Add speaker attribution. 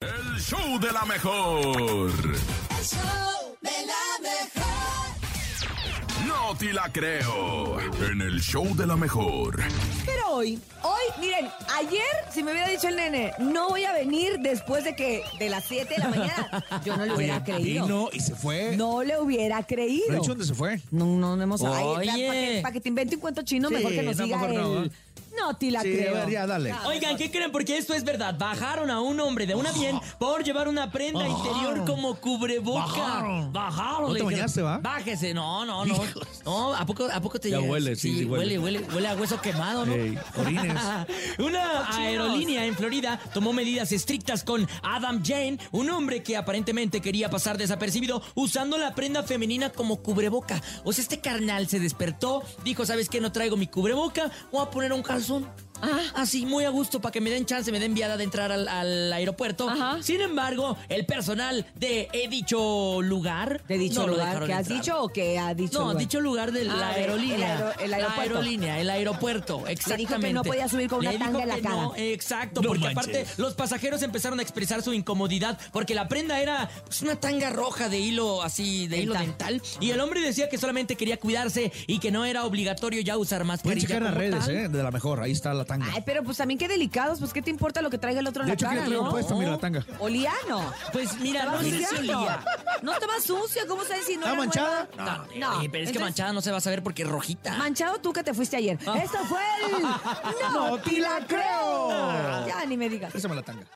Speaker 1: el show de la mejor.
Speaker 2: El show de la mejor.
Speaker 1: No te la creo. En el show de la mejor.
Speaker 3: Pero hoy, hoy, miren, ayer si me hubiera dicho el nene, no voy a venir después de que de las 7 de la mañana, yo no le hubiera creído.
Speaker 4: Ah, Vino y se fue.
Speaker 3: No le hubiera creído.
Speaker 4: ¿No he dicho dónde se fue?
Speaker 3: No, no, no hemos. Ay,
Speaker 5: Oye.
Speaker 3: Para que, pa' que te invente un cuento chino,
Speaker 4: Sí,
Speaker 3: mejor que nos
Speaker 4: no,
Speaker 3: diga
Speaker 4: mejor no,
Speaker 3: él. No, te la
Speaker 4: Sí,
Speaker 3: creo.
Speaker 4: a ver, ya, dale.
Speaker 3: Ya,
Speaker 5: Oigan, ¿qué creen? Porque esto es verdad. Bajaron a un hombre de un
Speaker 4: Oh.
Speaker 5: avión por llevar una prenda interior como cubreboca.
Speaker 4: Bajaron.
Speaker 5: Bajaron.
Speaker 4: ¿No
Speaker 5: le
Speaker 4: te
Speaker 5: dijeron,
Speaker 4: bañaste, va?
Speaker 5: Bájese. No, no, no. No, ¿a poco, a poco te
Speaker 4: Ya
Speaker 5: llega?
Speaker 4: huele, sí, sí, huele.
Speaker 5: huele. Huele, huele a hueso quemado, ¿no?
Speaker 4: Ey, orines.
Speaker 3: Ah,
Speaker 5: Una aerolínea en Florida tomó medidas estrictas con Adam Jane, un hombre que aparentemente quería pasar desapercibido usando la prenda femenina como cubreboca. O sea, este carnal se despertó, dijo, ¿sabes qué? No traigo mi cubreboca, voy a poner un calzón.
Speaker 3: Ah.
Speaker 5: así, muy a gusto, para que me den chance, me den enviada de entrar al, al aeropuerto.
Speaker 3: Ajá.
Speaker 5: Sin embargo, el personal de he dicho lugar...
Speaker 3: ¿Te he dicho
Speaker 5: no lo
Speaker 3: lugar
Speaker 5: dejaron
Speaker 3: que has
Speaker 5: entrar.
Speaker 3: dicho o que ha dicho?
Speaker 5: No,
Speaker 3: lugar?
Speaker 5: dicho lugar de la
Speaker 3: Ah, de-
Speaker 5: aerolínea.
Speaker 3: el aero- el aeropuerto.
Speaker 5: La aerolínea, el aeropuerto, exactamente.
Speaker 3: no podía subir con una
Speaker 5: Le dijo
Speaker 3: tanga en la
Speaker 5: que
Speaker 3: cara.
Speaker 5: no, exacto,
Speaker 4: No
Speaker 5: porque
Speaker 4: manches.
Speaker 5: aparte los pasajeros empezaron a expresar su incomodidad porque la prenda era pues, una tanga roja de hilo así, de hilo
Speaker 3: Dental.
Speaker 5: dental. Y el hombre decía que solamente quería cuidarse y que no era obligatorio ya usar
Speaker 4: Pueden
Speaker 5: mascarilla.
Speaker 4: checar las
Speaker 5: como
Speaker 4: redes,
Speaker 5: tal.
Speaker 4: ¿eh? De la mejor. Ahí está la tanga.
Speaker 3: Ay, pero pues también qué delicados, pues qué te importa lo que traiga el otro en
Speaker 4: de
Speaker 3: la
Speaker 4: hecho, que
Speaker 3: cara,
Speaker 4: yo traigo
Speaker 3: ¿no?
Speaker 4: puesta, mira la tanga.
Speaker 3: Olía, no.
Speaker 5: Pues mira,
Speaker 3: Estaba
Speaker 5: no sé si
Speaker 3: sucia.
Speaker 5: olía.
Speaker 3: No estaba sucia, ¿cómo sabes si no
Speaker 4: ¿Estaba
Speaker 3: era
Speaker 4: manchada?
Speaker 3: nueva?
Speaker 5: No, oye, Eh, pero es que
Speaker 3: Entonces,
Speaker 5: manchada no se va a saber porque es rojita.
Speaker 3: Manchado tú que te fuiste ayer. Esto fue el...
Speaker 4: Ah. ¡No te la creo!
Speaker 3: Ya, ni me digas.
Speaker 4: Présame la tanga.